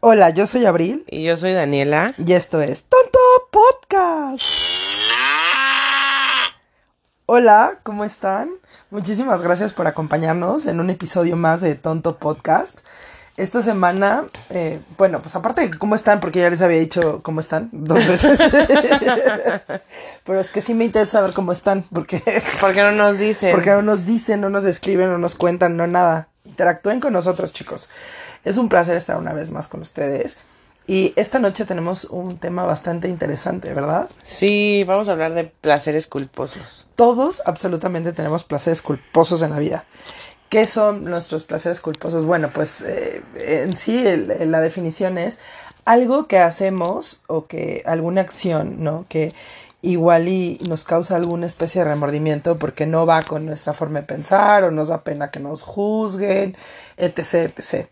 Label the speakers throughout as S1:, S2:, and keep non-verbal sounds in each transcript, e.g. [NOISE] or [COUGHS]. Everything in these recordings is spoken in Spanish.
S1: Hola, yo soy Abril
S2: Y yo soy Daniela.
S1: y esto es Tonto Podcast. Hola, ¿cómo están? Muchísimas gracias por acompañarnos en un episodio más de Tonto Podcast. Esta semana, eh, bueno, pues aparte de que cómo están, porque ya les había dicho cómo están dos veces. [LAUGHS] Pero es que sí me interesa saber cómo están, porque
S2: ¿Por qué no nos dicen?
S1: Porque no nos dicen, no nos escriben, no nos cuentan, no nada. Interactúen con nosotros, chicos. Es un placer estar una vez más con ustedes. Y esta noche tenemos un tema bastante interesante, ¿verdad?
S2: Sí, vamos a hablar de placeres culposos.
S1: Todos absolutamente tenemos placeres culposos en la vida. ¿Qué son nuestros placeres culposos? Bueno, pues eh, en sí el- el- la definición es algo que hacemos o que alguna acción, ¿no? Que igual y nos causa alguna especie de remordimiento porque no va con nuestra forma de pensar o nos da pena que nos juzguen, etc, etc.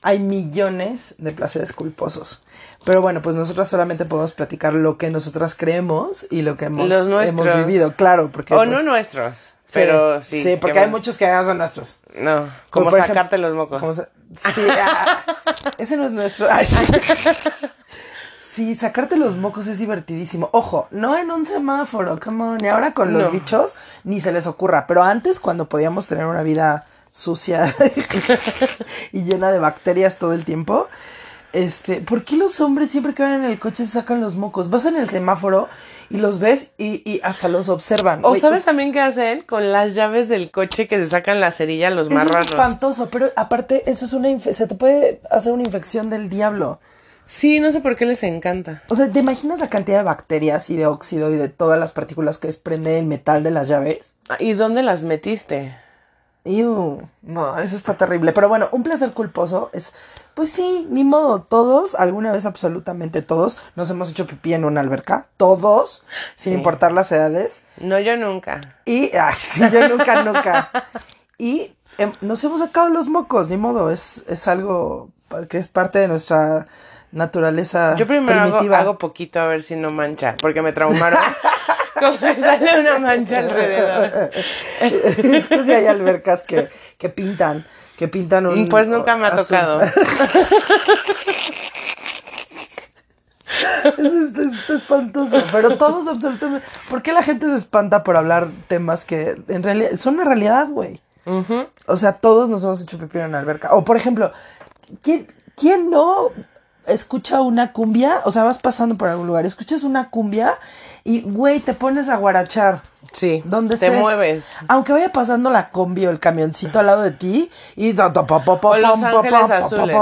S1: Hay millones de placeres culposos. Pero bueno, pues nosotras solamente podemos platicar lo que nosotras creemos y lo que hemos,
S2: Los nuestros.
S1: hemos vivido, claro, porque...
S2: O
S1: pues,
S2: no nuestros, pero sí.
S1: Sí,
S2: ¿qué
S1: porque hay
S2: más?
S1: muchos que no son nuestros.
S2: No, como
S1: por ejemplo-
S2: sacarte los mocos.
S1: Como
S2: [LAUGHS]
S1: sa- sí, ah, ese no es nuestro. Ay, sí.
S2: [LAUGHS]
S1: Sí, sacarte los mocos es divertidísimo. Ojo, no en un semáforo, come on. Y ahora con los
S2: No.
S1: bichos ni se les ocurra. Pero antes, cuando podíamos tener una vida sucia [LAUGHS] y llena de bacterias todo el tiempo, este, ¿por qué los hombres siempre que van en el coche se sacan los mocos? Vas en el semáforo y los ves y, y hasta los observan.
S2: O
S1: Güey, pues-
S2: sabes
S1: es-
S2: también qué hacen con las llaves del coche que se sacan la cerilla a los
S1: Eso es
S2: marranos.
S1: espantoso, pero aparte eso es una inf- se te puede hacer una infección del diablo.
S2: Sí, no sé por qué les encanta.
S1: O sea, ¿te imaginas la cantidad de bacterias y de óxido y de todas las partículas que desprende el metal de las llaves?
S2: Ah, ¿Y dónde las metiste?
S1: Ew, no, eso está terrible. Pero bueno, un placer culposo es, pues sí, ni modo, todos, alguna vez absolutamente todos, nos hemos hecho pipí en una alberca, todos, sin importar las edades.
S2: No, yo nunca.
S1: Y, ay, [LAUGHS] sí, yo nunca, nunca. Y em, nos hemos sacado los mocos, ni modo, es, es algo pa- que es parte de nuestra naturaleza
S2: Yo primero hago,
S1: Ah, primitiva. [LAUGHS]
S2: hago poquito a ver si no mancha, porque me traumaron. como que sale una mancha alrededor.
S1: Entonces sí hay albercas que, que pintan, que pintan un...
S2: Pues nunca me ha
S1: azul. [LAUGHS]
S2: tocado.
S1: Eso está, está espantoso, pero todos absolutamente... ¿Por qué la gente se espanta por hablar temas que en realidad son una realidad, güey? O sea, todos nos hemos hecho pipí en una alberca. O, por ejemplo, ¿quién, quién no escucha una cumbia? O sea, vas pasando por algún lugar, escuchas una cumbia y, güey, te pones a guarachar.
S2: Sí.
S1: ¿Dónde
S2: Te
S1: estés.
S2: mueves.
S1: Aunque vaya pasando la combi o el camioncito al lado de ti y... Los
S2: Los Ángeles Azules.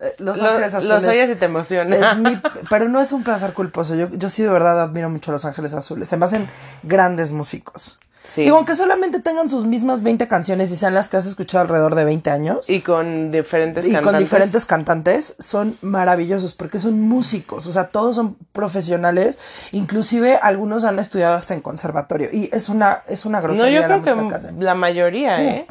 S1: Eh, Los
S2: Lo-
S1: Ángeles
S2: los
S1: Azules.
S2: oyes y te emociona.
S1: Es mi- pero no es un placer culposo. Yo, yo sí de verdad admiro mucho a Los Ángeles Azules. Se me hacen grandes músicos.
S2: Sí.
S1: Digo, aunque solamente tengan sus mismas 20 canciones y sean las que has escuchado alrededor de 20 años. Y,
S2: Y con diferentes
S1: con
S2: cantantes.
S1: diferentes cantantes son maravillosos porque son músicos, o sea, todos son profesionales, inclusive algunos han estudiado hasta en conservatorio y es una es una
S2: No,
S1: grosería
S2: yo
S1: la Mm,
S2: creo que
S1: música hacen.
S2: la mayoría, ¿eh?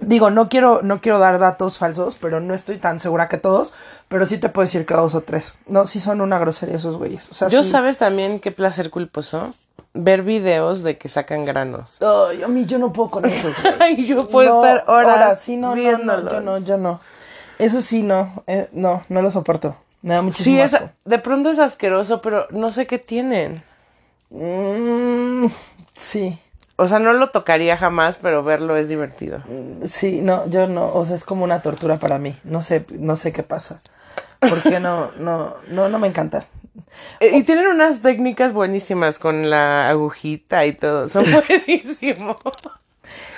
S1: Digo, no quiero no quiero dar datos falsos, pero no estoy tan segura que todos, pero sí te puedo decir que dos o tres. No, sí son una grosería esos güeyes, o sea,
S2: Yo
S1: sí-
S2: sabes también qué placer culposo. Ver videos de que sacan granos.
S1: [LAUGHS] Ay, a mí yo no
S2: [LAUGHS]
S1: puedo con esos. güey.
S2: Ay, yo puedo
S1: No,
S2: estar horas,
S1: sí, no, no, no,
S2: viéndolos.
S1: yo no, yo no. Eso sí, no, eh, no, no lo soporto. Me da muchísimo
S2: Sí, es,
S1: asco.
S2: de pronto es asqueroso, pero no sé qué tienen.
S1: Mm, sí,
S2: O sea, no lo tocaría jamás, pero verlo es divertido.
S1: Mm. sí, no, yo no, o sea, es como una tortura para mí. No sé, no sé qué pasa. Porque
S2: [LAUGHS]
S1: no, no, no, no me encanta.
S2: Eh, Y tienen unas técnicas buenísimas con la agujita y todo. Son [LAUGHS] buenísimos.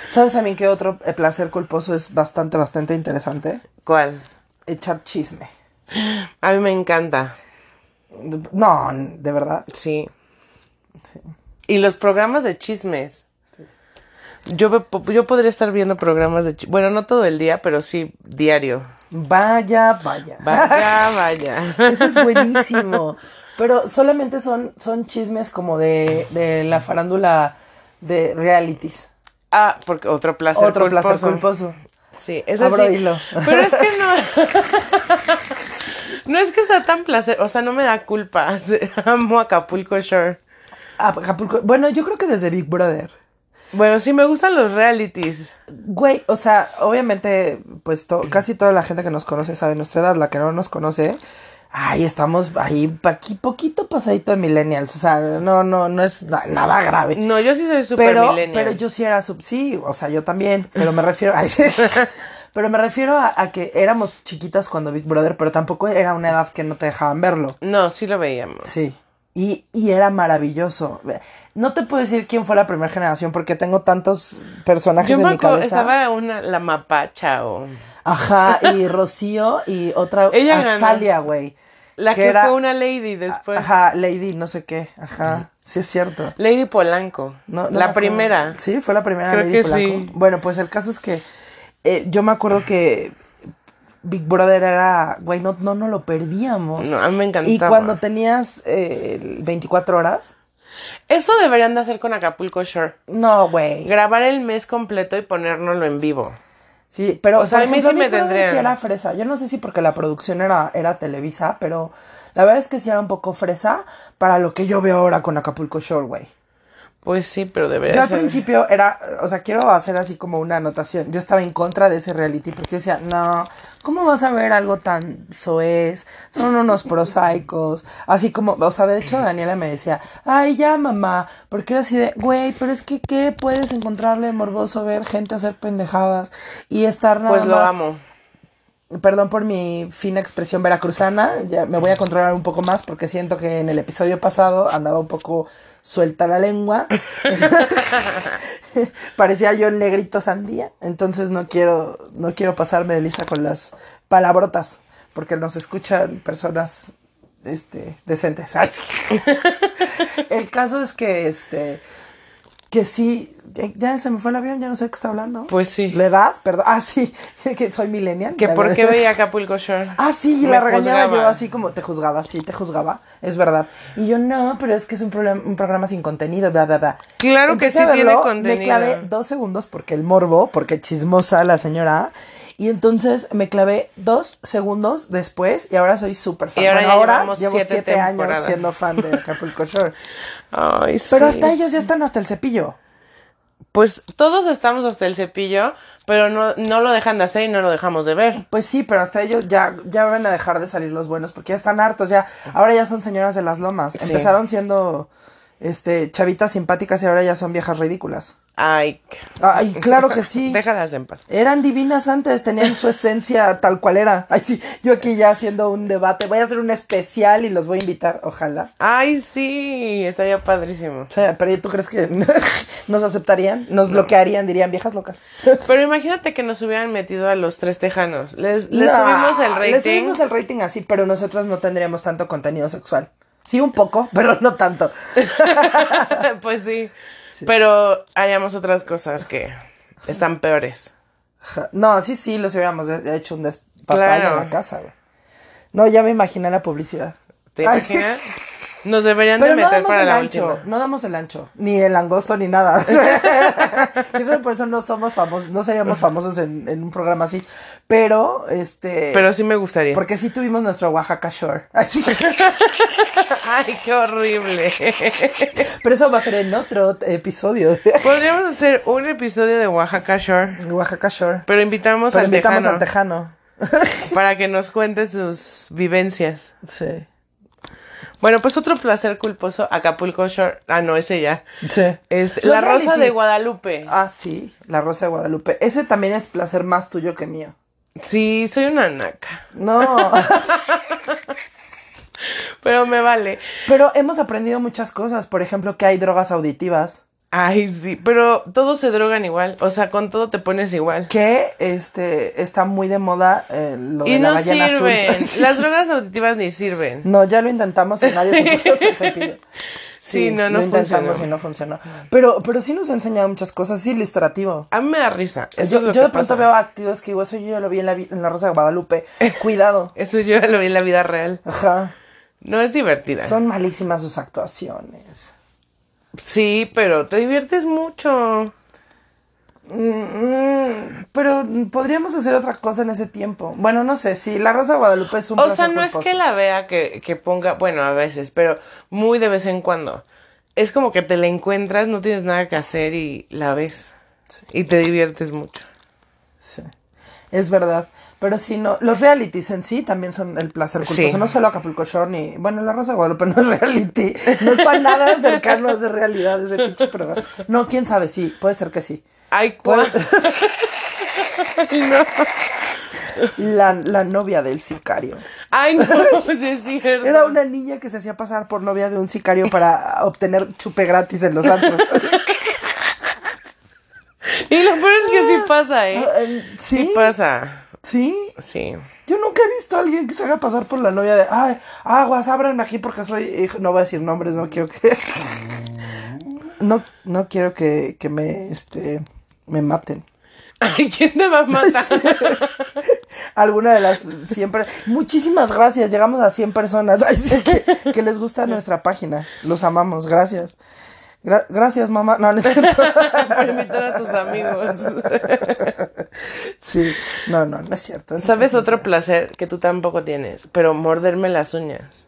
S1: ¿Sabes también que otro eh, placer culposo es bastante, bastante interesante?
S2: ¿Cuál?
S1: Echar chisme.
S2: A mí me encanta.
S1: No, de verdad.
S2: Sí. Y los programas de chismes. Yo, ve- po- yo podría estar viendo programas de chismes. Bueno, no todo el día, pero sí
S1: [LAUGHS]
S2: diario.
S1: Vaya, vaya.
S2: Vaya, vaya.
S1: Ese es buenísimo. Pero solamente son, son chismes como de, de la farándula de realities.
S2: Ah, porque otro placer
S1: Otro
S2: culposo.
S1: placer culposo.
S2: Sí, es así.
S1: Abro hilo.
S2: Pero es que
S1: [LAUGHS]
S2: no. No es que sea tan placer, o sea, no me da culpa. Amo Acapulco Shore.
S1: Acapulco- Bueno, yo creo que desde Big Brother.
S2: Bueno, sí me gustan los realities.
S1: Güey, o sea, obviamente, pues to- casi toda la gente que nos conoce sabe nuestra edad, la que no nos conoce. Ay, estamos ahí, pa- aquí poquito pasadito de millennials. O sea, no, no, no es na- nada grave.
S2: No, yo sí soy super
S1: pero,
S2: millennial.
S1: pero yo sí era sub, sí, o sea, yo también, pero me refiero ay,
S2: [LAUGHS]
S1: sí. pero me refiero a, a que éramos chiquitas cuando Big Brother, pero tampoco era una edad que no te dejaban verlo.
S2: No, sí lo veíamos.
S1: Sí. Y, y era maravilloso. No te puedo decir quién fue la primera generación porque tengo tantos personajes
S2: Yo
S1: en
S2: me
S1: mi
S2: acuerdo,
S1: cabeza.
S2: estaba una, la mapacha o...
S1: Ajá,
S2: [LAUGHS]
S1: y Rocío y otra
S2: Ella ganó.
S1: Azalia, güey.
S2: La que,
S1: era-
S2: fue una lady después.
S1: Ajá, Lady, no sé qué. Ajá. Sí es cierto.
S2: Lady Polanco.
S1: No, no me
S2: la
S1: acuerdo.
S2: primera.
S1: Sí, fue la primera.
S2: Creo
S1: Lady
S2: que
S1: Polanco.
S2: sí.
S1: Bueno, pues el caso es que eh, yo me acuerdo que Big Brother era, güey, no, no, no lo perdíamos.
S2: No, a mí me encantaba.
S1: Y cuando tenías eh, el 24 horas,
S2: Eso deberían de hacer con Acapulco Shore.
S1: no, güey.
S2: Grabar el mes completo y ponérnoslo en vivo.
S1: Sí, pero
S2: O sea,
S1: por
S2: a mí
S1: ejemplo,
S2: sí me
S1: Big Brother
S2: tendrían.
S1: sí era fresa. Yo no sé si porque la producción era, era Televisa, pero la verdad es que sí era un poco fresa para lo que yo veo ahora con Acapulco Shore, güey.
S2: Pues sí, pero debería
S1: Yo al
S2: ser.
S1: principio era, o sea, quiero hacer así como una anotación. Yo estaba en contra de ese reality porque decía, no, ¿cómo vas a ver algo tan soez? Son unos prosaicos. Así como, o sea, de hecho Daniela me decía, ay, ya mamá, porque era así de, güey, pero es que, ¿qué puedes encontrarle morboso ver gente hacer pendejadas y estar nada
S2: Pues lo
S1: más-
S2: amo.
S1: Perdón por mi fina expresión veracruzana, ya me voy a controlar un poco más porque siento que en el episodio pasado andaba un poco suelta la lengua. [LAUGHS] Parecía yo el negrito sandía, entonces no quiero no quiero pasarme de lista con las palabrotas porque nos escuchan personas este decentes. Ay, sí. el caso es que este que sí ya se me fue el avión, ya no sé de qué está hablando.
S2: Pues sí.
S1: La edad, perdón. Ah, sí, [LAUGHS] que soy millennial.
S2: Que
S1: la
S2: por qué
S1: verdad.
S2: veía Acapulco Shore.
S1: Ah, sí, y
S2: Me
S1: la regañaba
S2: juzgaba.
S1: yo así como te juzgaba, sí, te juzgaba, es verdad. Y yo, no, pero es que es un, problema- un programa sin contenido, bla, bla, bla.
S2: Claro que
S1: Empecé
S2: sí
S1: a
S2: tiene
S1: verlo, Me
S2: contenido.
S1: clavé dos segundos porque el morbo, porque chismosa la señora. Y entonces me clavé dos segundos después y ahora soy súper fan.
S2: Y ahora
S1: Bueno,
S2: ya
S1: ahora
S2: llevamos
S1: llevo
S2: siete
S1: siete años
S2: temporadas.
S1: siendo fan
S2: [LAUGHS]
S1: de Acapulco Shore.
S2: Ay,
S1: Pero
S2: sí.
S1: hasta ellos ya están hasta el cepillo.
S2: Pues todos estamos hasta el cepillo, pero no, no lo dejan de hacer y no lo dejamos de ver.
S1: Pues sí, pero hasta ellos ya, ya van a dejar de salir los buenos porque ya están hartos, ya, ahora ya son señoras de las lomas. Empezaron siendo este chavitas simpáticas y ahora ya son viejas ridículas.
S2: Ay, c-
S1: Ay, claro que
S2: [LAUGHS]
S1: sí.
S2: déjalas en paz.
S1: Eran divinas antes, tenían su esencia tal cual era. Ay, sí, yo aquí ya haciendo un debate, voy a hacer un especial y los voy a invitar, ojalá.
S2: Ay, sí, estaría padrísimo.
S1: O sea, pero ¿tú crees que [LAUGHS] nos aceptarían? ¿Nos bloquearían? Dirían viejas locas.
S2: Pero imagínate que nos hubieran metido a los tres tejanos. Les, les
S1: No,
S2: subimos el rating.
S1: Le subimos el rating así, pero nosotros no tendríamos tanto contenido sexual. Sí, un poco, [LAUGHS] pero no tanto.
S2: [LAUGHS] pues sí. Pero haríamos otras cosas que están peores.
S1: Ja, No, sí, sí, los hubiéramos he- hecho un despapalle
S2: Claro.
S1: en la casa, güey. No, ya me imaginé la publicidad.
S2: ¿Te
S1: Ay, sí.
S2: imaginas? Nos deberían
S1: Pero
S2: de
S1: no
S2: meter
S1: damos
S2: para
S1: el
S2: la
S1: ancho,
S2: última.
S1: no damos el ancho, ni el angosto ni nada. [LAUGHS] Yo creo que por eso no somos famosos, no seríamos famosos en, en un programa así. Pero, este,
S2: Pero sí me gustaría.
S1: porque sí tuvimos nuestro Oaxaca Shore. [LAUGHS] Así
S2: [LAUGHS] Ay, qué horrible. [LAUGHS]
S1: pero eso va a ser en otro episodio.
S2: Podríamos hacer un episodio de Oaxaca Shore.
S1: Oaxaca Shore.
S2: Pero invitamos
S1: Pero
S2: al
S1: invitamos
S2: tejano
S1: al tejano.
S2: [LAUGHS] para que nos cuente sus vivencias.
S1: Sí.
S2: Bueno, pues otro placer culposo, Acapulco Shore. Ah, no, ese ya.
S1: Sí.
S2: Es
S1: Los
S2: la Rosa de
S1: realities.
S2: Guadalupe.
S1: Ah, sí, La Rosa de Guadalupe. Ese también es placer más tuyo que mío.
S2: Sí, soy una naca, [LAUGHS]
S1: No,
S2: pero me vale.
S1: pero hemos aprendido muchas cosas. Por ejemplo, que hay drogas auditivas.
S2: Ay, sí, pero todos se drogan igual. O sea, con todo te pones igual.
S1: Que este está muy de moda eh, lo
S2: Y
S1: de la
S2: no
S1: ballena azul.
S2: sirven.
S1: [LAUGHS] Sí.
S2: Las drogas auditivas ni sirven.
S1: No, ya lo intentamos y nadie se puso hasta el cepillo.
S2: [LAUGHS] Sí, no, no
S1: lo intentamos
S2: funcionó.
S1: y no funcionó. Pero, pero sí nos ha enseñado muchas cosas, sí, ilustrativo.
S2: A mí me da risa. Eso
S1: Yo,
S2: es lo
S1: yo
S2: que
S1: de pronto
S2: pasa.
S1: veo activos que digo, eso yo ya lo vi en la, vi- en la Rosa de
S2: [LAUGHS]
S1: Guadalupe. Cuidado.
S2: Eso yo ya lo vi en la vida real.
S1: Ajá.
S2: No es divertida.
S1: Son malísimas sus actuaciones.
S2: Sí, pero te diviertes mucho.
S1: Mm, pero podríamos hacer otra cosa en ese tiempo. Bueno, no sé, sí, La Rosa de Guadalupe es un
S2: O
S1: placer
S2: sea, no es
S1: culposo.
S2: que la vea que, que ponga, bueno, a veces, pero muy de vez en cuando. es como que te la encuentras, no tienes nada que hacer y la ves.
S1: Sí.
S2: Y te diviertes mucho.
S1: Sí, es verdad. Pero si no, los realities en sí también son el placer culposo.
S2: Sí.
S1: No solo Acapulco Shore ni. Bueno, La Rosa de Guadalupe no es reality. No está nada cercano a ser realidad ese pinche programa. No, quién sabe, sí, puede ser que sí.
S2: Ay, cuál.
S1: [LAUGHS] La, la novia del sicario.
S2: Ay, no, [LAUGHS] sí es cierto.
S1: Era una niña que se hacía pasar por novia de un sicario para obtener chupe gratis en los antros.
S2: Y lo peor es que sí pasa, ¿eh? Sí,
S1: ¿Sí?
S2: pasa.
S1: ¿Sí?
S2: Sí.
S1: Yo nunca he visto a alguien que se haga pasar por la novia de, ay, aguas, ábranme aquí porque soy, hijo". no voy a decir nombres, no quiero que, [LAUGHS] no, no quiero que, que me, este, me maten.
S2: Ay, ¿quién te va a [LAUGHS] matar?
S1: [LAUGHS] Alguna de las siempre, muchísimas gracias, llegamos a 100 personas, ay, sí, que, que les gusta nuestra página, los amamos, gracias. Gra- gracias, mamá. No, no es
S2: [LAUGHS]
S1: cierto.
S2: Para invitar a tus amigos.
S1: Sí, no, no, no es cierto. Es-
S2: ¿Sabes otro placer que tú tampoco tienes? Pero morderme las uñas.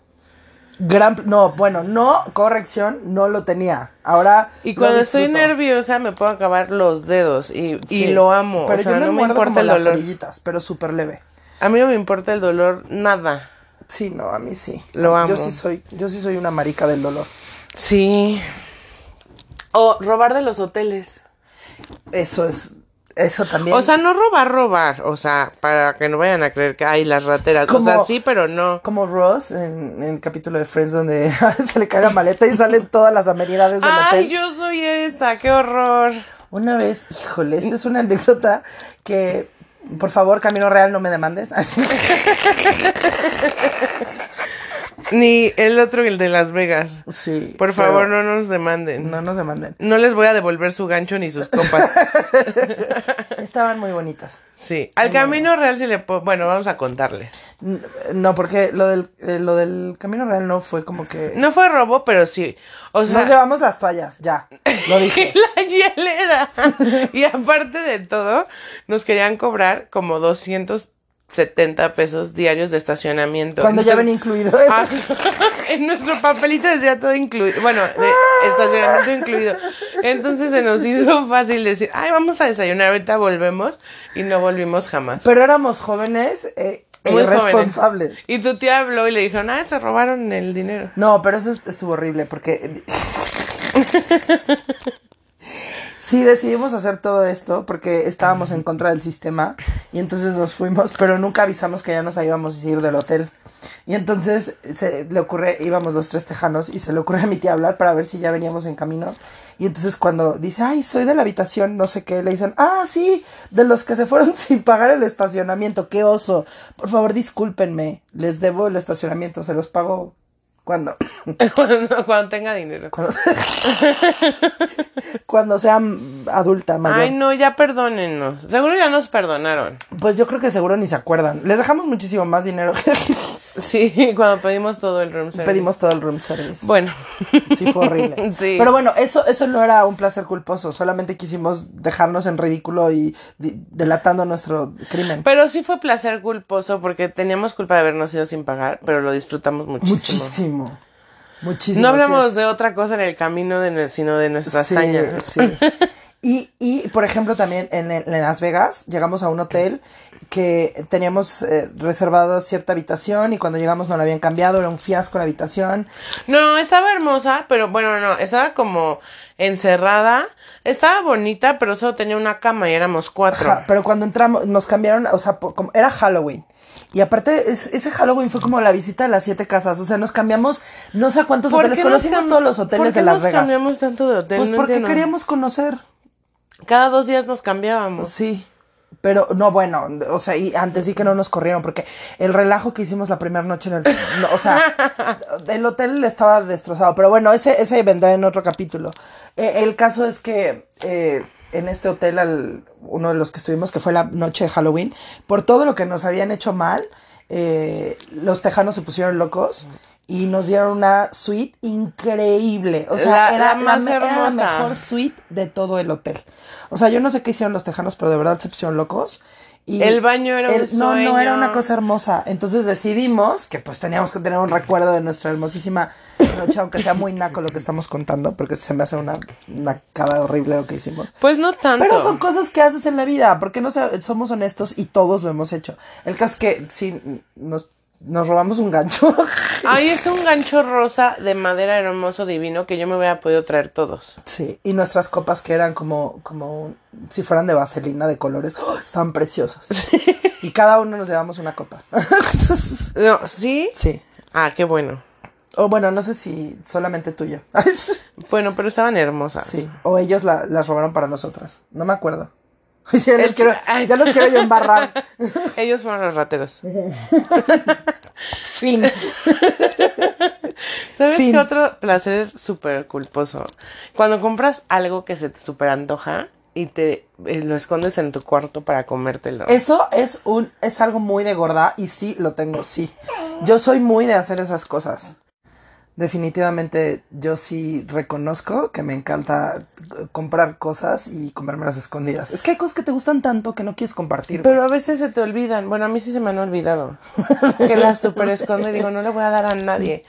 S1: Gran, no, bueno, no, corrección, no lo tenía. Ahora.
S2: Y
S1: lo
S2: cuando estoy
S1: disfruto.
S2: nerviosa me puedo acabar los dedos y,
S1: Sí,
S2: y lo amo.
S1: Pero
S2: o sea,
S1: yo
S2: no me
S1: muerdo
S2: importa
S1: como
S2: el
S1: las
S2: dolor.
S1: orillitas, pero súper leve.
S2: A mí no me importa el dolor nada.
S1: Sí, no, a mí sí.
S2: Lo
S1: Yo
S2: amo.
S1: sí soy, yo sí soy una marica del dolor.
S2: Sí. O robar de los hoteles.
S1: Eso es, eso también.
S2: O sea, no robar, robar. O sea, para que no vayan a creer que hay las rateras.
S1: Como-
S2: O sea, sí, pero no.
S1: como Ross en, en el capítulo de Friends donde [LAUGHS] se le cae la maleta y salen todas las amenidades del
S2: Ay,
S1: hotel.
S2: yo soy esa, qué horror.
S1: Una vez, híjole, esta es una anécdota que, por favor, Camino Real, no me demandes. [LAUGHS]
S2: Ni el otro, el de Las Vegas.
S1: sí.
S2: Por favor, no nos demanden.
S1: no.
S2: No.
S1: No nos demanden.
S2: les voy a devolver su gancho ni sus compas.
S1: [LAUGHS] Estaban muy bonitas.
S2: Sí. Al camino real sí le puedo. Bueno, vamos a contarles.
S1: N- No, porque lo del, eh, lo del Camino Real no fue como que...
S2: No fue robo, pero sí. O sea,
S1: Nos
S2: [LAUGHS]
S1: llevamos las toallas, ya. Lo dije. [LAUGHS]
S2: la hielera. y aparte de todo, nos querían cobrar como 270 pesos diarios de estacionamiento.
S1: Cuando
S2: [LAUGHS]
S1: ya
S2: Entonces-
S1: venía incluido.
S2: Ah, en nuestro papelito decía todo incluido. Bueno, de estacionamiento incluido. Entonces se nos hizo fácil decir, ay, vamos a desayunar, ahorita volvemos. Y no volvimos jamás.
S1: [LAUGHS] Pero éramos jóvenes eh, e
S2: Muy jóvenes.
S1: irresponsables.
S2: Y tu tía habló y le dijeron, ah, se robaron el dinero. [LAUGHS]
S1: No, pero eso est- estuvo horrible porque... Sí, decidimos hacer todo esto porque estábamos en contra del sistema y entonces nos fuimos, pero nunca avisamos que ya nos íbamos a ir del hotel. Y entonces se le ocurre, íbamos los tres tejanos y se le ocurre a mi tía hablar para ver si ya veníamos en camino. Y entonces cuando dice, ay, soy de la habitación, no sé qué, le dicen, ah, sí, de los que se fueron [LAUGHS] sin pagar el estacionamiento, qué oso. Por favor, discúlpenme, les debo el estacionamiento, se los pago cuando [COUGHS]
S2: cuando, cuando tenga dinero.
S1: cuando, cuando sea mm, adulta mayor.
S2: Ay, no, ya perdónennos. Seguro ya nos perdonaron.
S1: Pues yo creo que seguro ni se acuerdan. Les dejamos muchísimo más dinero.
S2: Sí, [LAUGHS] cuando pedimos todo el room service.
S1: Pedimos todo el room service.
S2: Bueno.
S1: Sí, fue horrible.
S2: [LAUGHS] Sí.
S1: Pero bueno, eso, eso no era un placer culposo. Solamente quisimos dejarnos en ridículo y di- delatando nuestro crimen.
S2: Pero sí fue placer culposo porque teníamos culpa de habernos ido sin pagar, pero lo disfrutamos muchísimo.
S1: muchísimo. Muchísimo.
S2: No
S1: así
S2: hablamos
S1: es.
S2: de otra cosa en el camino, de, nue- sino de nuestra
S1: Sí,
S2: hazaña.
S1: sí. Y, y, por ejemplo, también en, en Las Vegas llegamos a un hotel que teníamos eh, reservado cierta habitación y cuando llegamos no la habían cambiado, era un fiasco la habitación.
S2: No, estaba hermosa, pero bueno, no, estaba como encerrada. Estaba bonita, pero solo tenía una cama y éramos cuatro.
S1: Ajá, pero cuando entramos, nos cambiaron, o sea, po- como- era Halloween. Y aparte, es- ese Halloween fue como la visita de las siete casas. O sea, nos cambiamos no sé a cuántos
S2: ¿Por
S1: hoteles,
S2: qué nos
S1: conocimos
S2: cam-
S1: todos los
S2: ¿por
S1: hoteles
S2: qué
S1: de Las
S2: nos
S1: Vegas.
S2: cambiamos tanto de hotel?
S1: Pues
S2: No
S1: porque
S2: entiendo.
S1: queríamos conocer.
S2: Cada dos días nos cambiábamos.
S1: Sí. Pero no, bueno, o sea, y antes sí que no nos corrieron, porque el relajo que hicimos la primera noche en el. no, o sea,
S2: [LAUGHS]
S1: el hotel estaba destrozado. Pero bueno, ese, ese vendrá en otro capítulo. Eh, el caso es que eh, en este hotel, al- uno de los que estuvimos, que fue la noche de Halloween, por todo lo que nos habían hecho mal, eh, los tejanos se pusieron locos y nos dieron una suite increíble. O sea,
S2: La-
S1: era,
S2: la
S1: la
S2: más
S1: me- era la
S2: hermosa.
S1: mejor suite de todo el hotel. O sea, yo no sé qué hicieron los tejanos, pero de verdad se pusieron locos. Y
S2: El baño era un
S1: No, no, era
S2: sueño.
S1: una cosa hermosa. Entonces decidimos que pues teníamos que tener un recuerdo de nuestra hermosísima noche, aunque sea muy naco lo que estamos contando, porque se me hace una nacada horrible lo que hicimos.
S2: Pues no tanto.
S1: Pero son cosas que haces en la vida, porque no se- somos honestos y todos lo hemos hecho. El caso es que sí, nos, nos robamos un gancho. [LAUGHS]
S2: Ahí es un gancho rosa de madera hermoso divino que yo me hubiera podido traer todos.
S1: sí, y nuestras copas que eran como, como un- si fueran de vaselina de colores, ¡oh! estaban preciosas. Y cada uno nos llevamos una copa. [LAUGHS]
S2: No, ¿sí?
S1: sí.
S2: Ah, qué bueno.
S1: O bueno, no sé si solamente tuyo.
S2: Bueno, pero estaban
S1: [LAUGHS]
S2: hermosas.
S1: sí. O ellos la- las robaron para nosotras. No me acuerdo. [LAUGHS] Ya los
S2: Es-
S1: quiero,
S2: ay.
S1: ya los quiero yo embarrar.
S2: Ellos fueron los rateros.
S1: Fin.
S2: ¿Sabes
S1: Fin.
S2: qué otro placer súper culposo? Cuando compras algo que se te súper antoja y te eh, lo escondes en tu cuarto para comértelo.
S1: Eso es un es algo muy de gorda y sí lo tengo, sí. Yo soy muy de hacer esas cosas. Definitivamente yo sí reconozco que me encanta eh, comprar cosas y comérmelas escondidas. Es que hay cosas que te gustan tanto que no quieres compartir.
S2: Pero a veces se te olvidan. Bueno, a mí sí se me han olvidado. [LAUGHS] que las super escondo y digo, no le voy a dar a nadie.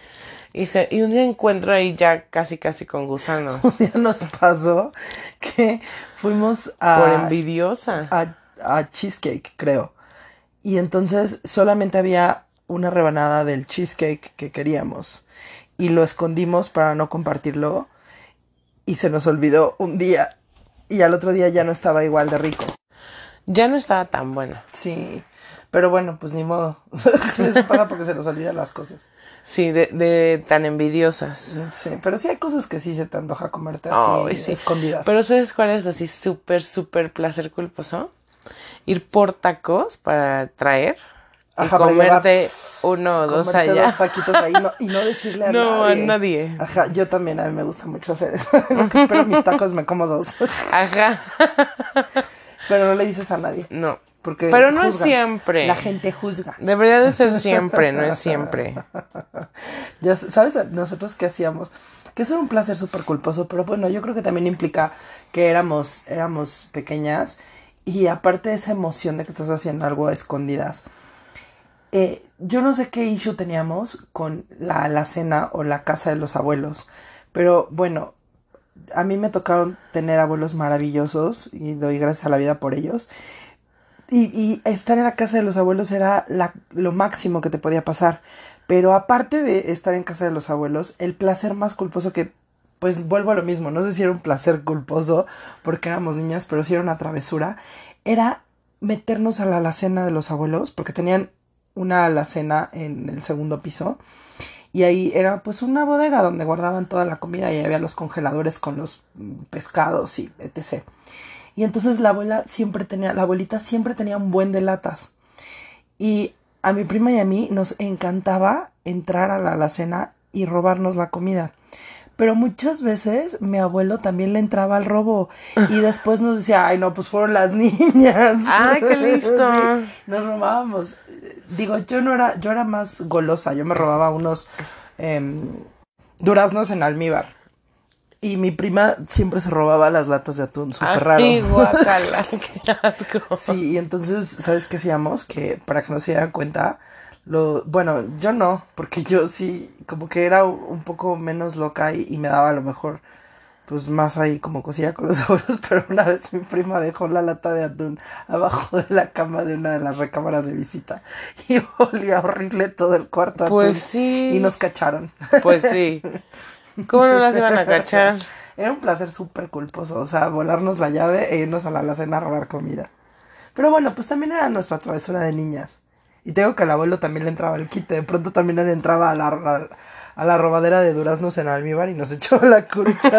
S2: Y, se, y un día encuentro ahí ya casi, casi con gusanos.
S1: [LAUGHS] ya nos pasó que fuimos a
S2: Por envidiosa.
S1: a, a cheesecake, creo. Y entonces solamente había una rebanada del cheesecake que queríamos. Y lo escondimos para no compartirlo. Y se nos olvidó un día. Y al otro día ya no estaba igual de rico.
S2: Ya no estaba tan buena.
S1: Sí. Pero bueno, pues ni modo. [LAUGHS] Eso pasa porque se nos olvidan las cosas.
S2: Sí, de, de tan envidiosas.
S1: Sí, pero sí hay cosas que sí se te antoja comerte así,
S2: Ay, sí.
S1: escondidas.
S2: Pero ¿sabes cuál es así súper, súper placer culposo? Ir por tacos para traer y
S1: Ajá, para
S2: comerte uno o dos
S1: Comerte
S2: allá.
S1: dos taquitos ahí no- y
S2: [LAUGHS]
S1: no decirle a
S2: No, a
S1: nadie.
S2: nadie.
S1: Ajá, yo también, a mí me gusta mucho hacer eso. [LAUGHS] Lo que espero mis tacos me como dos. [LAUGHS]
S2: Ajá.
S1: Pero no le dices a nadie.
S2: No.
S1: Porque
S2: Pero no es
S1: juzgan.
S2: siempre.
S1: La gente juzga.
S2: Debería de ser siempre, no es siempre.
S1: Ya s- sabes, nosotros qué hacíamos. Que eso era un placer súper culposo, pero bueno, yo creo que también implica que éramos, éramos pequeñas y aparte de esa emoción de que estás haciendo algo a escondidas. eh, yo no sé qué issue teníamos con la alacena o la casa de los abuelos, pero bueno, a mí me tocaron tener abuelos maravillosos y doy gracias a la vida por ellos. Y, y estar en la casa de los abuelos era la- lo máximo que te podía pasar. Pero aparte de estar en casa de los abuelos, el placer más culposo que, pues vuelvo a lo mismo, no sé si era un placer culposo porque éramos niñas, pero sí era una travesura, era meternos a la alacena de los abuelos, porque tenían una alacena en el segundo piso. Y ahí era pues una bodega donde guardaban toda la comida y había los congeladores con los mm, pescados y etc. Y entonces la abuela siempre tenía, la abuelita siempre tenía un buen de latas. Y a mi prima y a mí nos encantaba entrar a la alacena y robarnos la comida. Pero muchas veces mi abuelo también le entraba al robo
S2: [LAUGHS]
S1: y después nos decía, ay no, pues fueron las [LAUGHS] niñas.
S2: Ay, Ah, qué
S1: [LAUGHS]
S2: listo.
S1: Sí, nos robábamos. Digo, yo no era, yo era más golosa, yo me robaba unos em, duraznos en almíbar. Y mi prima siempre se robaba las latas de atún, súper raro.
S2: Ay, guacala, qué
S1: [LAUGHS]
S2: asco.
S1: Sí, y entonces, ¿sabes qué hacíamos? Que para que no se dieran cuenta, lo, bueno, yo no, porque yo sí, como que era un poco menos loca y, y me daba a lo mejor, pues más ahí como cosilla con los [LAUGHS] abuelos, pero una vez mi prima dejó la lata de atún abajo de la cama de una de las recámaras de visita y [LAUGHS] olía horrible todo el cuarto a
S2: Pues
S1: atún.
S2: sí.
S1: Y nos cacharon.
S2: Pues
S1: [LAUGHS]
S2: sí. ¿Cómo no las iban a cachar?
S1: Era un placer súper culposo, o sea, volarnos la llave e irnos a la alacena a robar comida. Pero bueno, pues también era nuestra travesura de niñas. Y tengo que al abuelo también le entraba el quite, de pronto también le entraba a la, a, la robadera de duraznos en almíbar y nos [LAUGHS] echó la culpa.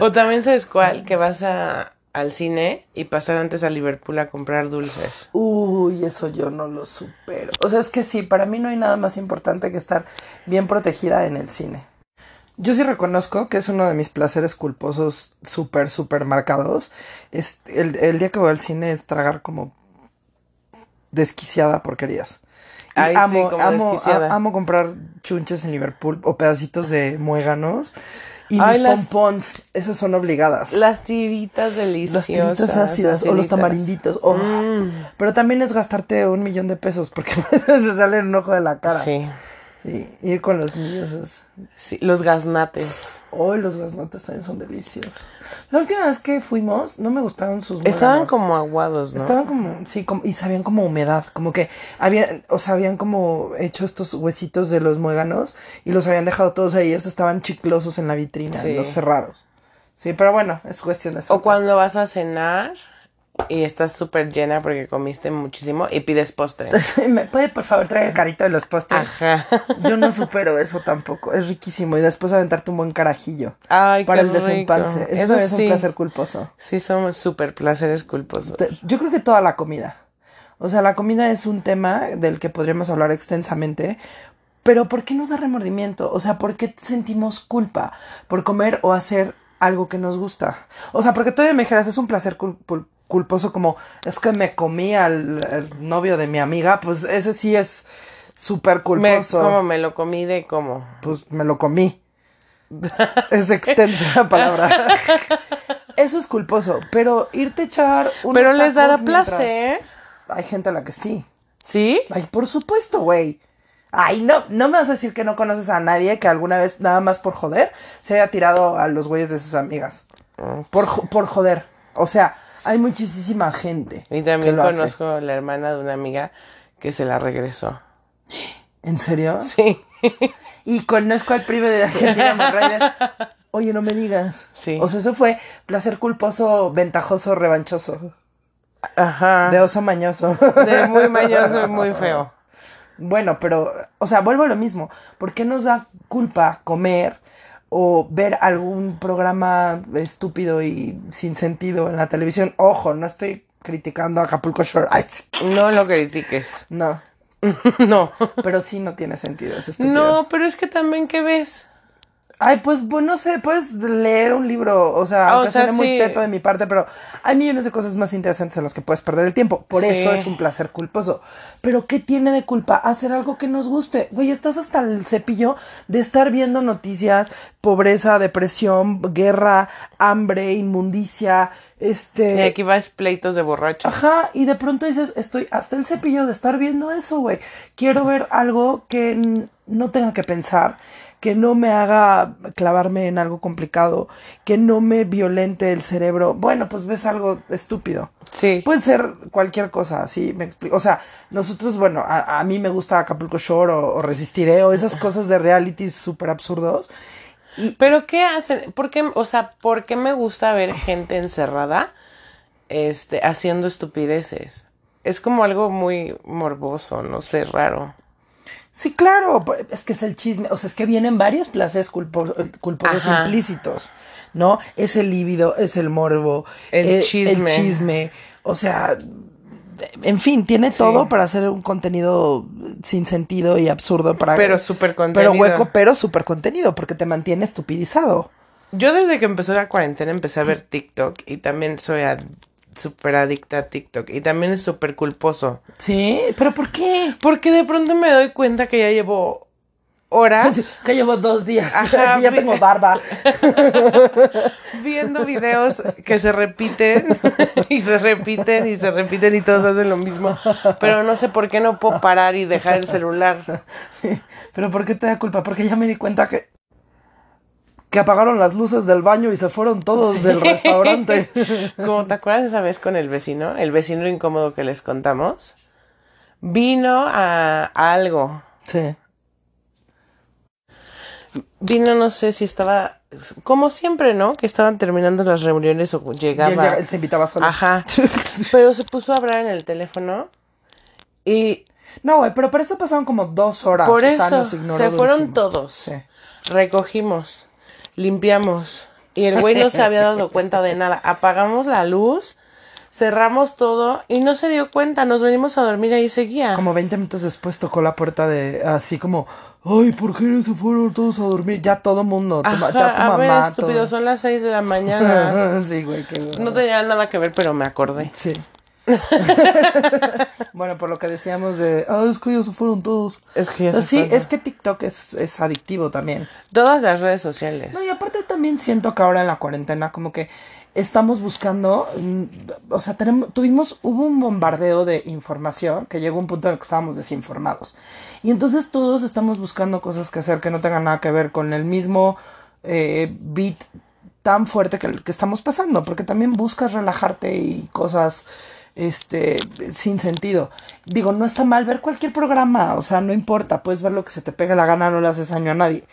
S2: O también sabes cuál, que vas a, al cine y pasar antes a Liverpool a comprar dulces.
S1: Uy, eso yo no lo supero. O sea, es que sí, para mí no hay nada más importante que estar bien protegida en el cine. Yo sí reconozco que es uno de mis placeres culposos súper, súper marcados. Es el, el día que voy al cine es tragar como desquiciada porquerías. Y
S2: Ay, sí,
S1: amo,
S2: como
S1: amo,
S2: desquiciada.
S1: a- amo comprar chunches en Liverpool o pedacitos de muéganos Y
S2: Ay,
S1: mis
S2: las-
S1: pompons, esas son obligadas.
S2: Las tiritas deliciosas.
S1: las tiritas ácidas o los
S2: aciditas.
S1: tamarinditos. oh.
S2: Mm.
S1: Pero también es gastarte un millón de pesos porque [LAUGHS] te sale un ojo de la cara.
S2: Sí,
S1: Sí, ir con los niños es...
S2: sí, los gaznates.
S1: Hoy los gasnotes también son deliciosos. La última vez que fuimos, no me gustaron sus
S2: Estaban
S1: granos.
S2: como aguados, ¿no?
S1: Estaban como, sí, como, y sabían como a humedad, como que habían, o sea, habían como hecho estos huesitos de los muéganos y los habían dejado todos ahí, estos estaban chiclosos en la vitrina,
S2: Sí.
S1: los cerrados. Sí, pero bueno, es cuestión de eso. [LAUGHS]
S2: O cuando vas a cenar y estás súper llena porque comiste muchísimo y pides
S1: [LAUGHS]
S2: postre.
S1: ¿Me puede por favor traer el carito de los postres?
S2: Ajá.
S1: Yo no supero eso tampoco, es riquísimo y después aventarte un buen carajillo
S2: Ay,
S1: para
S2: qué
S1: el desempance.
S2: rico.
S1: Eso, es
S2: sí.
S1: un placer culposo.
S2: Sí, somos súper placeres culposos.
S1: Te- Yo creo que toda la comida. O sea, la comida es un tema del que podríamos hablar extensamente. Pero ¿por qué nos da remordimiento? O sea, ¿por qué sentimos culpa por comer o hacer algo que nos gusta? O sea, porque todavía me dijeras, es un placer cul- pul- culposo como es que me comí al al novio de mi amiga, pues ese sí es súper
S2: Me,
S1: culposo.
S2: como me lo comí de como.
S1: Pues me lo comí. es extensa
S2: [LAUGHS]
S1: la palabra. Eso es culposo, pero irte a echar unos
S2: Pero
S1: tacos
S2: les dará
S1: mientras-
S2: placer.
S1: hay gente a la que sí.
S2: ¿Sí?
S1: Ay, por supuesto, güey. Ay, no, no me vas a decir que no conoces a nadie que alguna vez, nada más por joder, se haya tirado a los güeyes de sus amigas. Por, jo- por joder. O sea, hay muchísima gente.
S2: Y
S1: que
S2: también
S1: lo hace.
S2: conozco a la hermana de una amiga que se la regresó. [LAUGHS]
S1: ¿En serio?
S2: Sí.
S1: Y conozco al primo de
S2: [LAUGHS]
S1: Argentina Monreales. Oye, no me digas.
S2: Sí.
S1: O sea, eso fue placer culposo, ventajoso, revanchoso.
S2: Ajá.
S1: De oso mañoso. [LAUGHS]
S2: De muy mañoso y muy feo.
S1: Bueno, pero, o sea, vuelvo a lo mismo. ¿Por qué nos da culpa comer o ver algún programa estúpido y sin sentido en la televisión? Ojo, no estoy criticando a Acapulco Shore. Ay, sí.
S2: No lo critiques.
S1: no,
S2: [LAUGHS] No.
S1: pero sí no tiene sentido, es estúpido.
S2: No, pero es que también, ¿qué ves?
S1: Ay, pues, bueno, no sé, puedes leer un libro, o sea,
S2: Ah, o
S1: aunque
S2: sea,
S1: suene muy
S2: sí.
S1: teto de mi parte, pero hay millones de cosas más interesantes en las que puedes perder el tiempo. Por
S2: Sí.
S1: eso es un placer culposo. Pero, ¿qué tiene de culpa hacer algo que nos guste? Güey, estás hasta el cepillo de estar viendo noticias, pobreza, depresión, guerra, hambre, inmundicia,
S2: Y
S1: este...
S2: aquí vas pleitos de borrachos.
S1: Ajá, y de pronto dices, estoy hasta el cepillo de estar viendo eso, güey. Quiero ver algo que n- no tenga que pensar, que no me haga clavarme en algo complicado, que no me violente el cerebro. Bueno, pues ves algo estúpido.
S2: Sí.
S1: Puede ser cualquier cosa, sí, me explico. O sea, nosotros, bueno, a, a mí me gusta Acapulco Shore o, o Resistiré o esas cosas de realities súper absurdos.
S2: Pues, Pero ¿qué hacen? ¿Por qué, o sea, ¿por qué me gusta ver gente encerrada este haciendo estupideces? Es como algo muy morboso, no sé, raro.
S1: Sí, claro, p- es que es el chisme, o sea, es que vienen varios placeres culpo- eh, culposos
S2: Ajá.
S1: implícitos, ¿no? Es el líbido, es el morbo,
S2: El
S1: eh,
S2: chisme.
S1: el chisme, o sea, de- en fin, tiene todo para hacer un contenido sin sentido y absurdo para
S2: Pero súper
S1: pero
S2: contenido.
S1: hueco, pero súper contenido, porque te mantiene estupidizado.
S2: Yo desde que empezó la cuarentena empecé a ver TikTok y también soy ad- súper adicta a TikTok y también es súper culposo.
S1: Sí, pero ¿por qué?
S2: Porque de pronto me doy cuenta que ya llevo
S1: ¿Ah? [LAUGHS]
S2: horas
S1: Pues, Que llevo dos días, [LAUGHS]
S2: Ajá,
S1: ya
S2: vi-
S1: tengo barba.
S2: viendo videos que se repiten [LAUGHS] y se repiten y se repiten y todos hacen lo mismo. Pero no sé por qué no puedo parar y dejar el celular.
S1: Sí, pero ¿por qué te da culpa? Porque ya me di cuenta que que apagaron las luces del baño y se fueron todos del
S2: [LAUGHS]
S1: restaurante.
S2: Como te acuerdas esa vez con el vecino, el vecino incómodo que les contamos, vino a, a algo.
S1: Sí.
S2: Vino, no sé si estaba, como siempre, ¿no? Que estaban terminando las reuniones o
S1: Y él, llega-
S2: llegaba.
S1: él se invitaba solo.
S2: Ajá. Pero se puso a hablar en el teléfono y
S1: No, güey, pero para esto pasaron como dos horas.
S2: por
S1: o sea,
S2: eso
S1: nos Ah, ignoró
S2: se fueron
S1: durísimo.
S2: todos.
S1: Sí.
S2: Recogimos, limpiamos y el güey no se
S1: [LAUGHS]
S2: había dado cuenta de nada. Apagamos la luz, cerramos todo y no se dio cuenta. Nos venimos a dormir y ahí seguía.
S1: Como 20 minutos después tocó la puerta de así como, ay, ¿por qué se fueron todos a dormir? Ya todo mundo, tu, ma- ya tu
S2: Ajá, a ver,
S1: mamá,
S2: estúpido,
S1: todo.
S2: son las seis de la
S1: [LAUGHS]
S2: mañana. [LAUGHS]
S1: sí, güey, qué
S2: No tenía nada que ver, pero me acordé.
S1: Sí. [LAUGHS] bueno, por lo que decíamos de, ah, es que ya se fueron todos.
S2: Es que ya
S1: O sea,
S2: se
S1: sí,
S2: fueron.
S1: es que TikTok es, es adictivo también.
S2: Todas las redes sociales.
S1: No, y aparte también siento que ahora en la cuarentena como que estamos buscando, mm, o sea, tenemos, tuvimos, hubo un bombardeo de información que llegó a un punto en el que estábamos desinformados. Y entonces todos estamos buscando cosas que hacer que no tengan nada que ver con el mismo eh, beat tan fuerte que el que estamos pasando, porque también buscas relajarte y cosas este sin sentido. Digo, no está mal ver cualquier programa, o sea, no importa, puedes ver lo que se te pegue la gana, no le haces daño a nadie.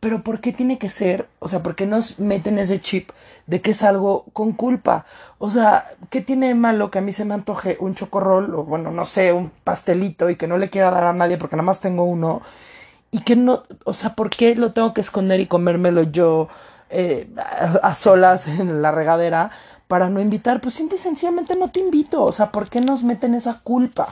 S1: Pero ¿por qué tiene que ser? O sea, ¿por qué nos meten ese chip de que es algo con culpa? O sea, ¿qué tiene de malo que a mí se me antoje un chocorrol o bueno, no sé, un pastelito y que no le quiera dar a nadie porque nada más tengo uno? y que no, o sea, ¿por qué lo tengo que esconder y comérmelo yo eh, a, a solas [LAUGHS] en la regadera para no invitar? Pues simple y sencillamente no te invito, o sea, ¿por qué nos meten esa culpa?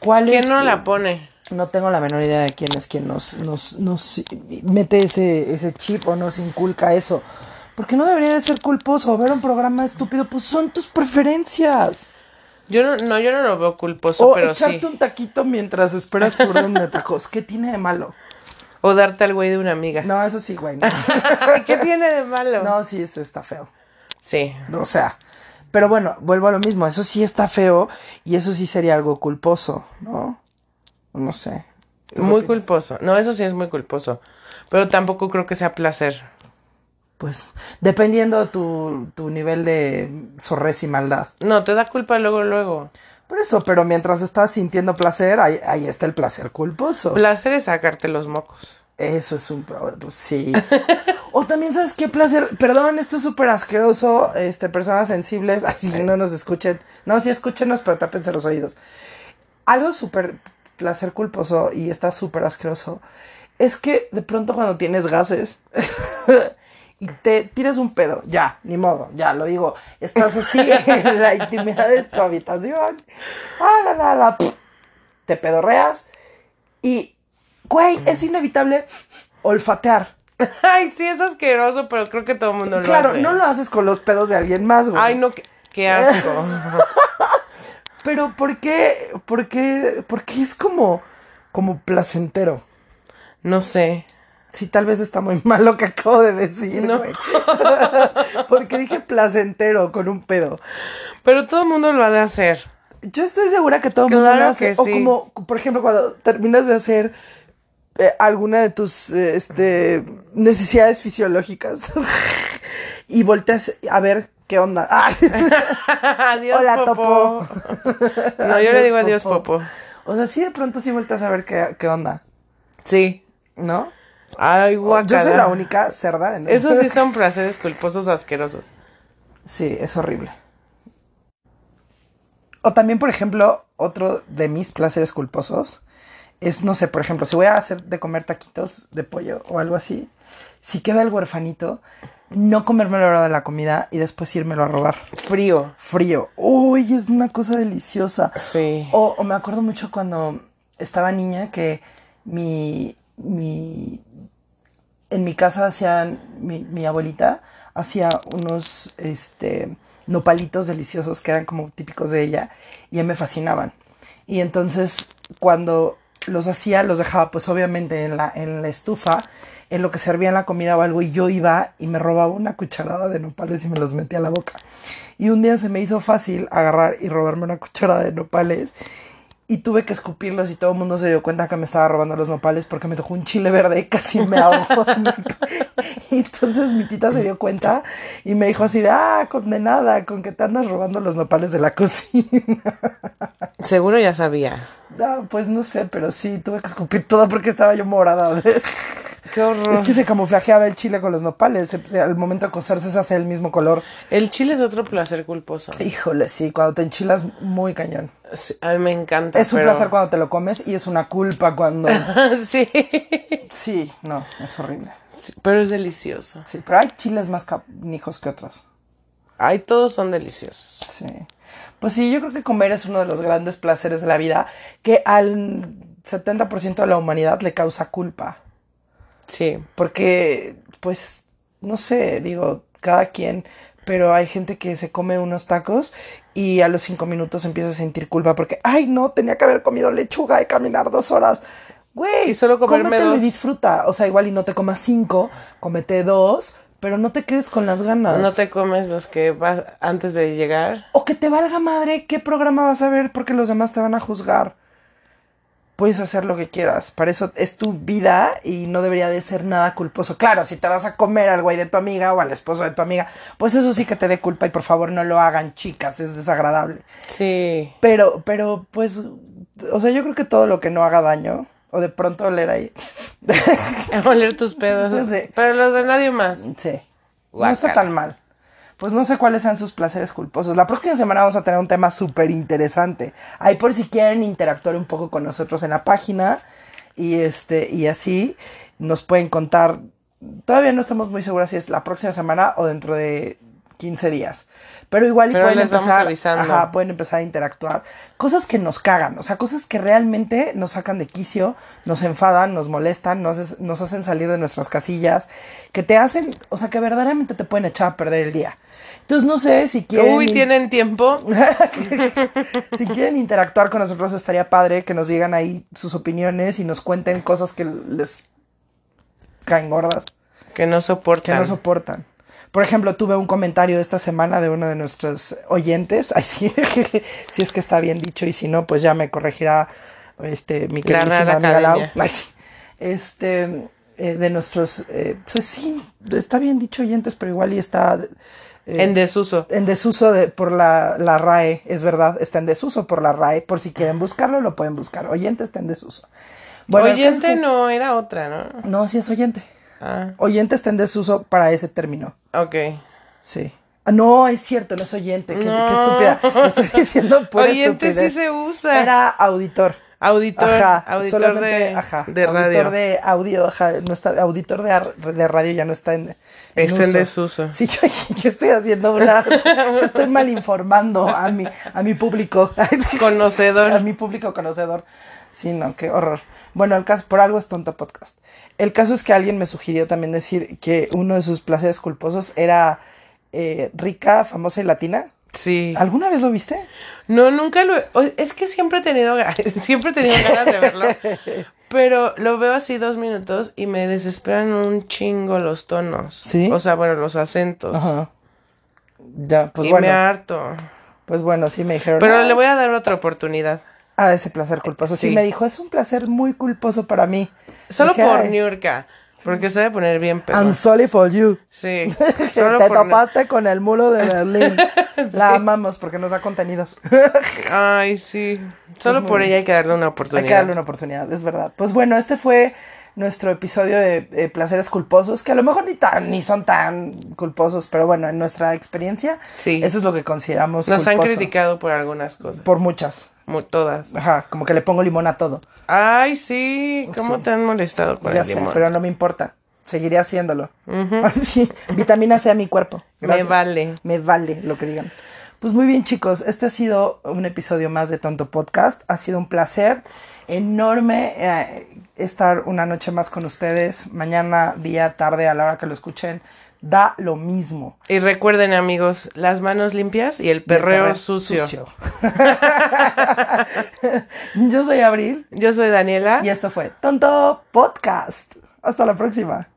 S1: ¿Cuál
S2: ¿Quién
S1: es,
S2: no
S1: eh,
S2: la pone?
S1: no tengo la menor idea de quién es quien nos, nos, nos mete ese, ese chip o nos inculca eso. Porque no debería de ser culposo ver un programa estúpido, pues son tus preferencias.
S2: Yo no, no, yo no lo veo culposo,
S1: O
S2: pero
S1: echarte
S2: sí.
S1: un taquito mientras esperas tu orden de tacos. ¿Qué tiene de malo?
S2: O darte al güey de una amiga. [LAUGHS]
S1: No, eso sí, güey. no.
S2: ¿Qué tiene de malo?
S1: No, sí, eso está feo.
S2: Sí.
S1: O sea, pero bueno, vuelvo a lo mismo. Eso sí está feo y eso sí sería algo culposo, ¿no? No sé. ¿Tú qué
S2: Muy
S1: opinas?
S2: culposo. No, eso sí es muy culposo. Pero tampoco creo que sea placer.
S1: Pues, dependiendo tu, tu nivel de zorrez y maldad.
S2: No, te da culpa luego, luego.
S1: Por eso, pero mientras estás sintiendo placer, ahí, ahí está el placer culposo.
S2: Placer es sacarte los mocos. [LAUGHS]
S1: Eso es un problema, pues sí. [LAUGHS] o también, ¿sabes qué placer? Perdón, esto es súper asqueroso. Este, personas sensibles, así no nos escuchen. No, sí, escúchenos, pero tápense los oídos. Algo súper placer culposo y está súper asqueroso es que de pronto cuando tienes gases [LAUGHS] y te tiras un pedo, ya, ni modo, ya lo digo, estás así en la intimidad de tu habitación, ah, la, la, la, pf, te pedorreas y, güey, es inevitable olfatear.
S2: Ay, sí, es asqueroso, pero creo que todo el mundo lo
S1: claro,
S2: hace.
S1: no lo haces con los pedos de alguien más, güey.
S2: Ay, no, qué, qué
S1: [LAUGHS]
S2: asco.
S1: Pero ¿por qué? ¿Por qué? ¿Por qué es como, como placentero?
S2: no sé.
S1: Sí, tal vez está muy [LAUGHS] mal lo que acabo de decir,
S2: No.
S1: güey. [LAUGHS] Porque dije placentero con un pedo.
S2: Pero todo el mundo lo ha de hacer. [LAUGHS]
S1: Yo estoy segura que todo el mundo lo
S2: Claro
S1: hace.
S2: que
S1: o
S2: sí.
S1: como, por ejemplo, cuando terminas de hacer eh, alguna de tus eh, este, necesidades fisiológicas [LAUGHS] y volteas a ver qué onda. [LAUGHS] Ay.
S2: adiós,
S1: Hola,
S2: Popo. [LAUGHS] No, yo le digo adiós, Popo.
S1: O sea, sí de pronto sí volteas a ver qué, qué onda,
S2: Sí.
S1: ¿no?
S2: Ay,
S1: Oh,
S2: guacala.
S1: Yo soy la única cerda. En
S2: Esos sí son placeres culposos asquerosos.
S1: [LAUGHS] Sí, es horrible. O también, por ejemplo, otro de mis placeres culposos es, no sé, por ejemplo, si voy a hacer de comer taquitos de pollo o algo así, si queda el huerfanito, no comerme la hora de la comida y después írmelo a robar.
S2: Frío.
S1: Frío. Uy, es una cosa deliciosa.
S2: Sí.
S1: O, o me acuerdo mucho cuando estaba niña que mi, mi, en mi casa hacían, mi, mi abuelita hacía unos, este, nopalitos deliciosos que eran como típicos de ella y a mí me fascinaban. Y entonces cuando los hacía, los dejaba pues obviamente en la, en la estufa, en lo que servían la comida o algo y yo iba y me robaba una cucharada de nopales y me los metía a la boca. Y un día se me hizo fácil agarrar y robarme una cucharada de nopales y tuve que escupirlos y todo el mundo se dio cuenta que me estaba robando los nopales porque me tocó un chile verde y casi me ahogó. [LAUGHS] y entonces mi tita se dio cuenta y me dijo así de, ah, condenada, con que te andas robando los nopales de la cocina. [LAUGHS]
S2: Seguro ya sabía.
S1: No, pues no sé, pero sí, tuve que escupir todo porque estaba yo morada.
S2: Qué
S1: [LAUGHS]
S2: horror.
S1: es que se camuflajeaba el chile con los nopales. se- Al momento de cocerse se hace el mismo color.
S2: El chile es otro placer culposo.
S1: Híjole, sí, cuando te enchilas muy cañón.
S2: Sí, a mí me encanta.
S1: Es un
S2: pero-
S1: placer cuando te lo comes y es una culpa cuando...
S2: [LAUGHS] sí.
S1: [LAUGHS] Sí, no, es horrible.
S2: Sí, Pero es delicioso.
S1: Sí, pero hay chiles más canijos que otros.
S2: Ay, todos son deliciosos.
S1: Sí. Pues sí, yo creo que comer es uno de los grandes placeres de la vida que al 70% de la humanidad le causa culpa.
S2: Sí.
S1: Porque, pues, no sé, digo, cada quien pero hay gente que se come unos tacos y a los cinco minutos empieza a sentir culpa porque, ay, no, tenía que haber comido lechuga y caminar dos horas. Güey,
S2: Y solo comerme
S1: cómetelo
S2: dos.
S1: y disfruta. O sea, igual y no te comas cinco, comete dos, pero no te quedes con las ganas.
S2: No te comes los que vas antes de llegar.
S1: O que te valga madre qué programa vas a ver porque los demás te van a juzgar. Puedes hacer lo que quieras. Para eso es tu vida y no debería de ser nada culposo. Claro, si te vas a comer al güey de tu amiga o al esposo de tu amiga, pues eso sí que te dé culpa y por favor no lo hagan, chicas, es desagradable.
S2: Sí.
S1: Pero, pero, pues, o sea, yo creo que todo lo que no haga daño, o de pronto oler ahí. [LAUGHS]
S2: A oler tus pedos.
S1: Sí.
S2: Pero los de nadie más.
S1: Sí. No
S2: Guácala.
S1: está tan mal. Pues no sé cuáles sean sus placeres culposos. La próxima semana vamos a tener un tema súper interesante. Ahí por si quieren interactuar un poco con nosotros en la página. Y este, y así nos pueden contar. Todavía no estamos muy seguras si es la próxima semana o dentro de 15 días. Pero igual y
S2: Pero
S1: pueden
S2: les vamos
S1: empezar.
S2: avisando.
S1: ajá, pueden empezar a interactuar. Cosas que nos cagan, o sea, cosas que realmente nos sacan de quicio, nos enfadan, nos molestan, nos, haces- nos hacen salir de nuestras casillas, que te hacen, o sea, que verdaderamente te pueden echar a perder el día. Entonces, no sé si quieren.
S2: Uy,
S1: [LAUGHS]
S2: ¿tienen tiempo?
S1: si quieren interactuar con nosotros, estaría padre que nos digan ahí sus opiniones y nos cuenten cosas que les caen gordas
S2: Que no
S1: que
S2: soportan.
S1: no soportan. Por ejemplo, tuve un comentario esta semana de uno de nuestros oyentes. [LAUGHS] Ay, sí, si es que está bien dicho y si no, pues ya me corregirá este, mi
S2: La
S1: queridísima
S2: Real
S1: amiga Lau.
S2: Academia.
S1: Ay, sí. Este, eh, de nuestros, eh, pues sí, está bien dicho oyentes, pero igual y está eh,
S2: en desuso.
S1: en desuso de, por la, la RAE, es verdad, está en desuso por la RAE. Por si quieren buscarlo, lo pueden buscar. Oyente está en desuso. el caso es
S2: Oyente
S1: que-
S2: este no, era otra, ¿no?
S1: No, sí es oyente.
S2: Ah,
S1: Oyente está en desuso para ese término.
S2: ok.
S1: Sí. Ah, No, es cierto, no es oyente. Qué, qué
S2: No.
S1: estúpida. Lo Estoy
S2: [LAUGHS]
S1: diciendo pura
S2: Oyente sí
S1: estupidez.
S2: se usa.
S1: Era auditor.
S2: Auditor,
S1: Ajá,
S2: auditor
S1: solamente,
S2: de,
S1: ajá,
S2: de
S1: auditor
S2: radio.
S1: de audio, ajá, no está, auditor de, ar- de radio ya no está en,
S2: Está en
S1: uso.
S2: desuso.
S1: Sí, yo, [LAUGHS] yo estoy haciendo
S2: [LAUGHS]
S1: una, estoy mal informando a mi, a mi público, [LAUGHS] a
S2: Conocedor.
S1: mi público conocedor. Sí, no, qué horror. Bueno, el caso, por algo es tonto podcast. El caso es que alguien me sugirió también decir que uno de sus placeres culposos era eh, rica, famosa y latina.
S2: Sí.
S1: ¿Alguna vez lo viste?
S2: No, nunca lo he- o- Es que siempre he tenido ga- [LAUGHS] siempre he tenido ganas de
S1: [LAUGHS]
S2: verlo. Pero lo veo así dos minutos y me desesperan un chingo los tonos.
S1: ¿Sí?
S2: O sea, bueno, los acentos.
S1: Ajá. Ya, pues
S2: y
S1: bueno.
S2: me harto.
S1: Pues bueno, sí me dijeron.
S2: Pero
S1: "Ah,
S2: le voy a dar otra oportunidad.
S1: A ese placer culposo. Sí.
S2: Sí.
S1: me dijo, es un placer muy culposo para mí.
S2: Solo
S1: Dije,
S2: por
S1: "Ay,
S2: Niurka. Porque se debe poner bien pedo.
S1: I'm sorry for you.
S2: Sí.
S1: [LAUGHS]
S2: Solo
S1: Te
S2: por Niurka.
S1: topaste con el muro de
S2: [LAUGHS]
S1: Berlín. La amamos porque nos da contenidos.
S2: Ay, sí. Solo por ella hay que darle una oportunidad.
S1: Hay que darle una oportunidad, es verdad. Pues bueno, este fue nuestro episodio de eh, placeres culposos, que a lo mejor ni tan, ni son tan culposos, pero bueno, en nuestra experiencia,
S2: Sí.
S1: eso es lo que consideramos
S2: Nos han
S1: culposo.
S2: criticado por algunas cosas.
S1: por muchas.
S2: Mu- todas.
S1: Ajá, como que le pongo limón a todo.
S2: Ay, sí. ¿Cómo
S1: Sí.
S2: te han molestado con
S1: ya
S2: el
S1: sé,
S2: limón?
S1: pero no me importa. Seguiré haciéndolo. [LAUGHS] Así, vitamina C a mi cuerpo. Gracias.
S2: Me vale.
S1: Me vale lo que digan. Pues muy bien, chicos. Este ha sido un episodio más de Tonto Podcast. Ha sido un placer enorme eh, estar una noche más con ustedes. Mañana, día, tarde, a la hora que lo escuchen, da lo mismo.
S2: Y recuerden, amigos, las manos limpias y el perreo
S1: Perreo
S2: sucio.
S1: [LAUGHS] Yo soy Abril
S2: Yo soy Daniela.
S1: y esto fue Tonto Podcast. Hasta la próxima.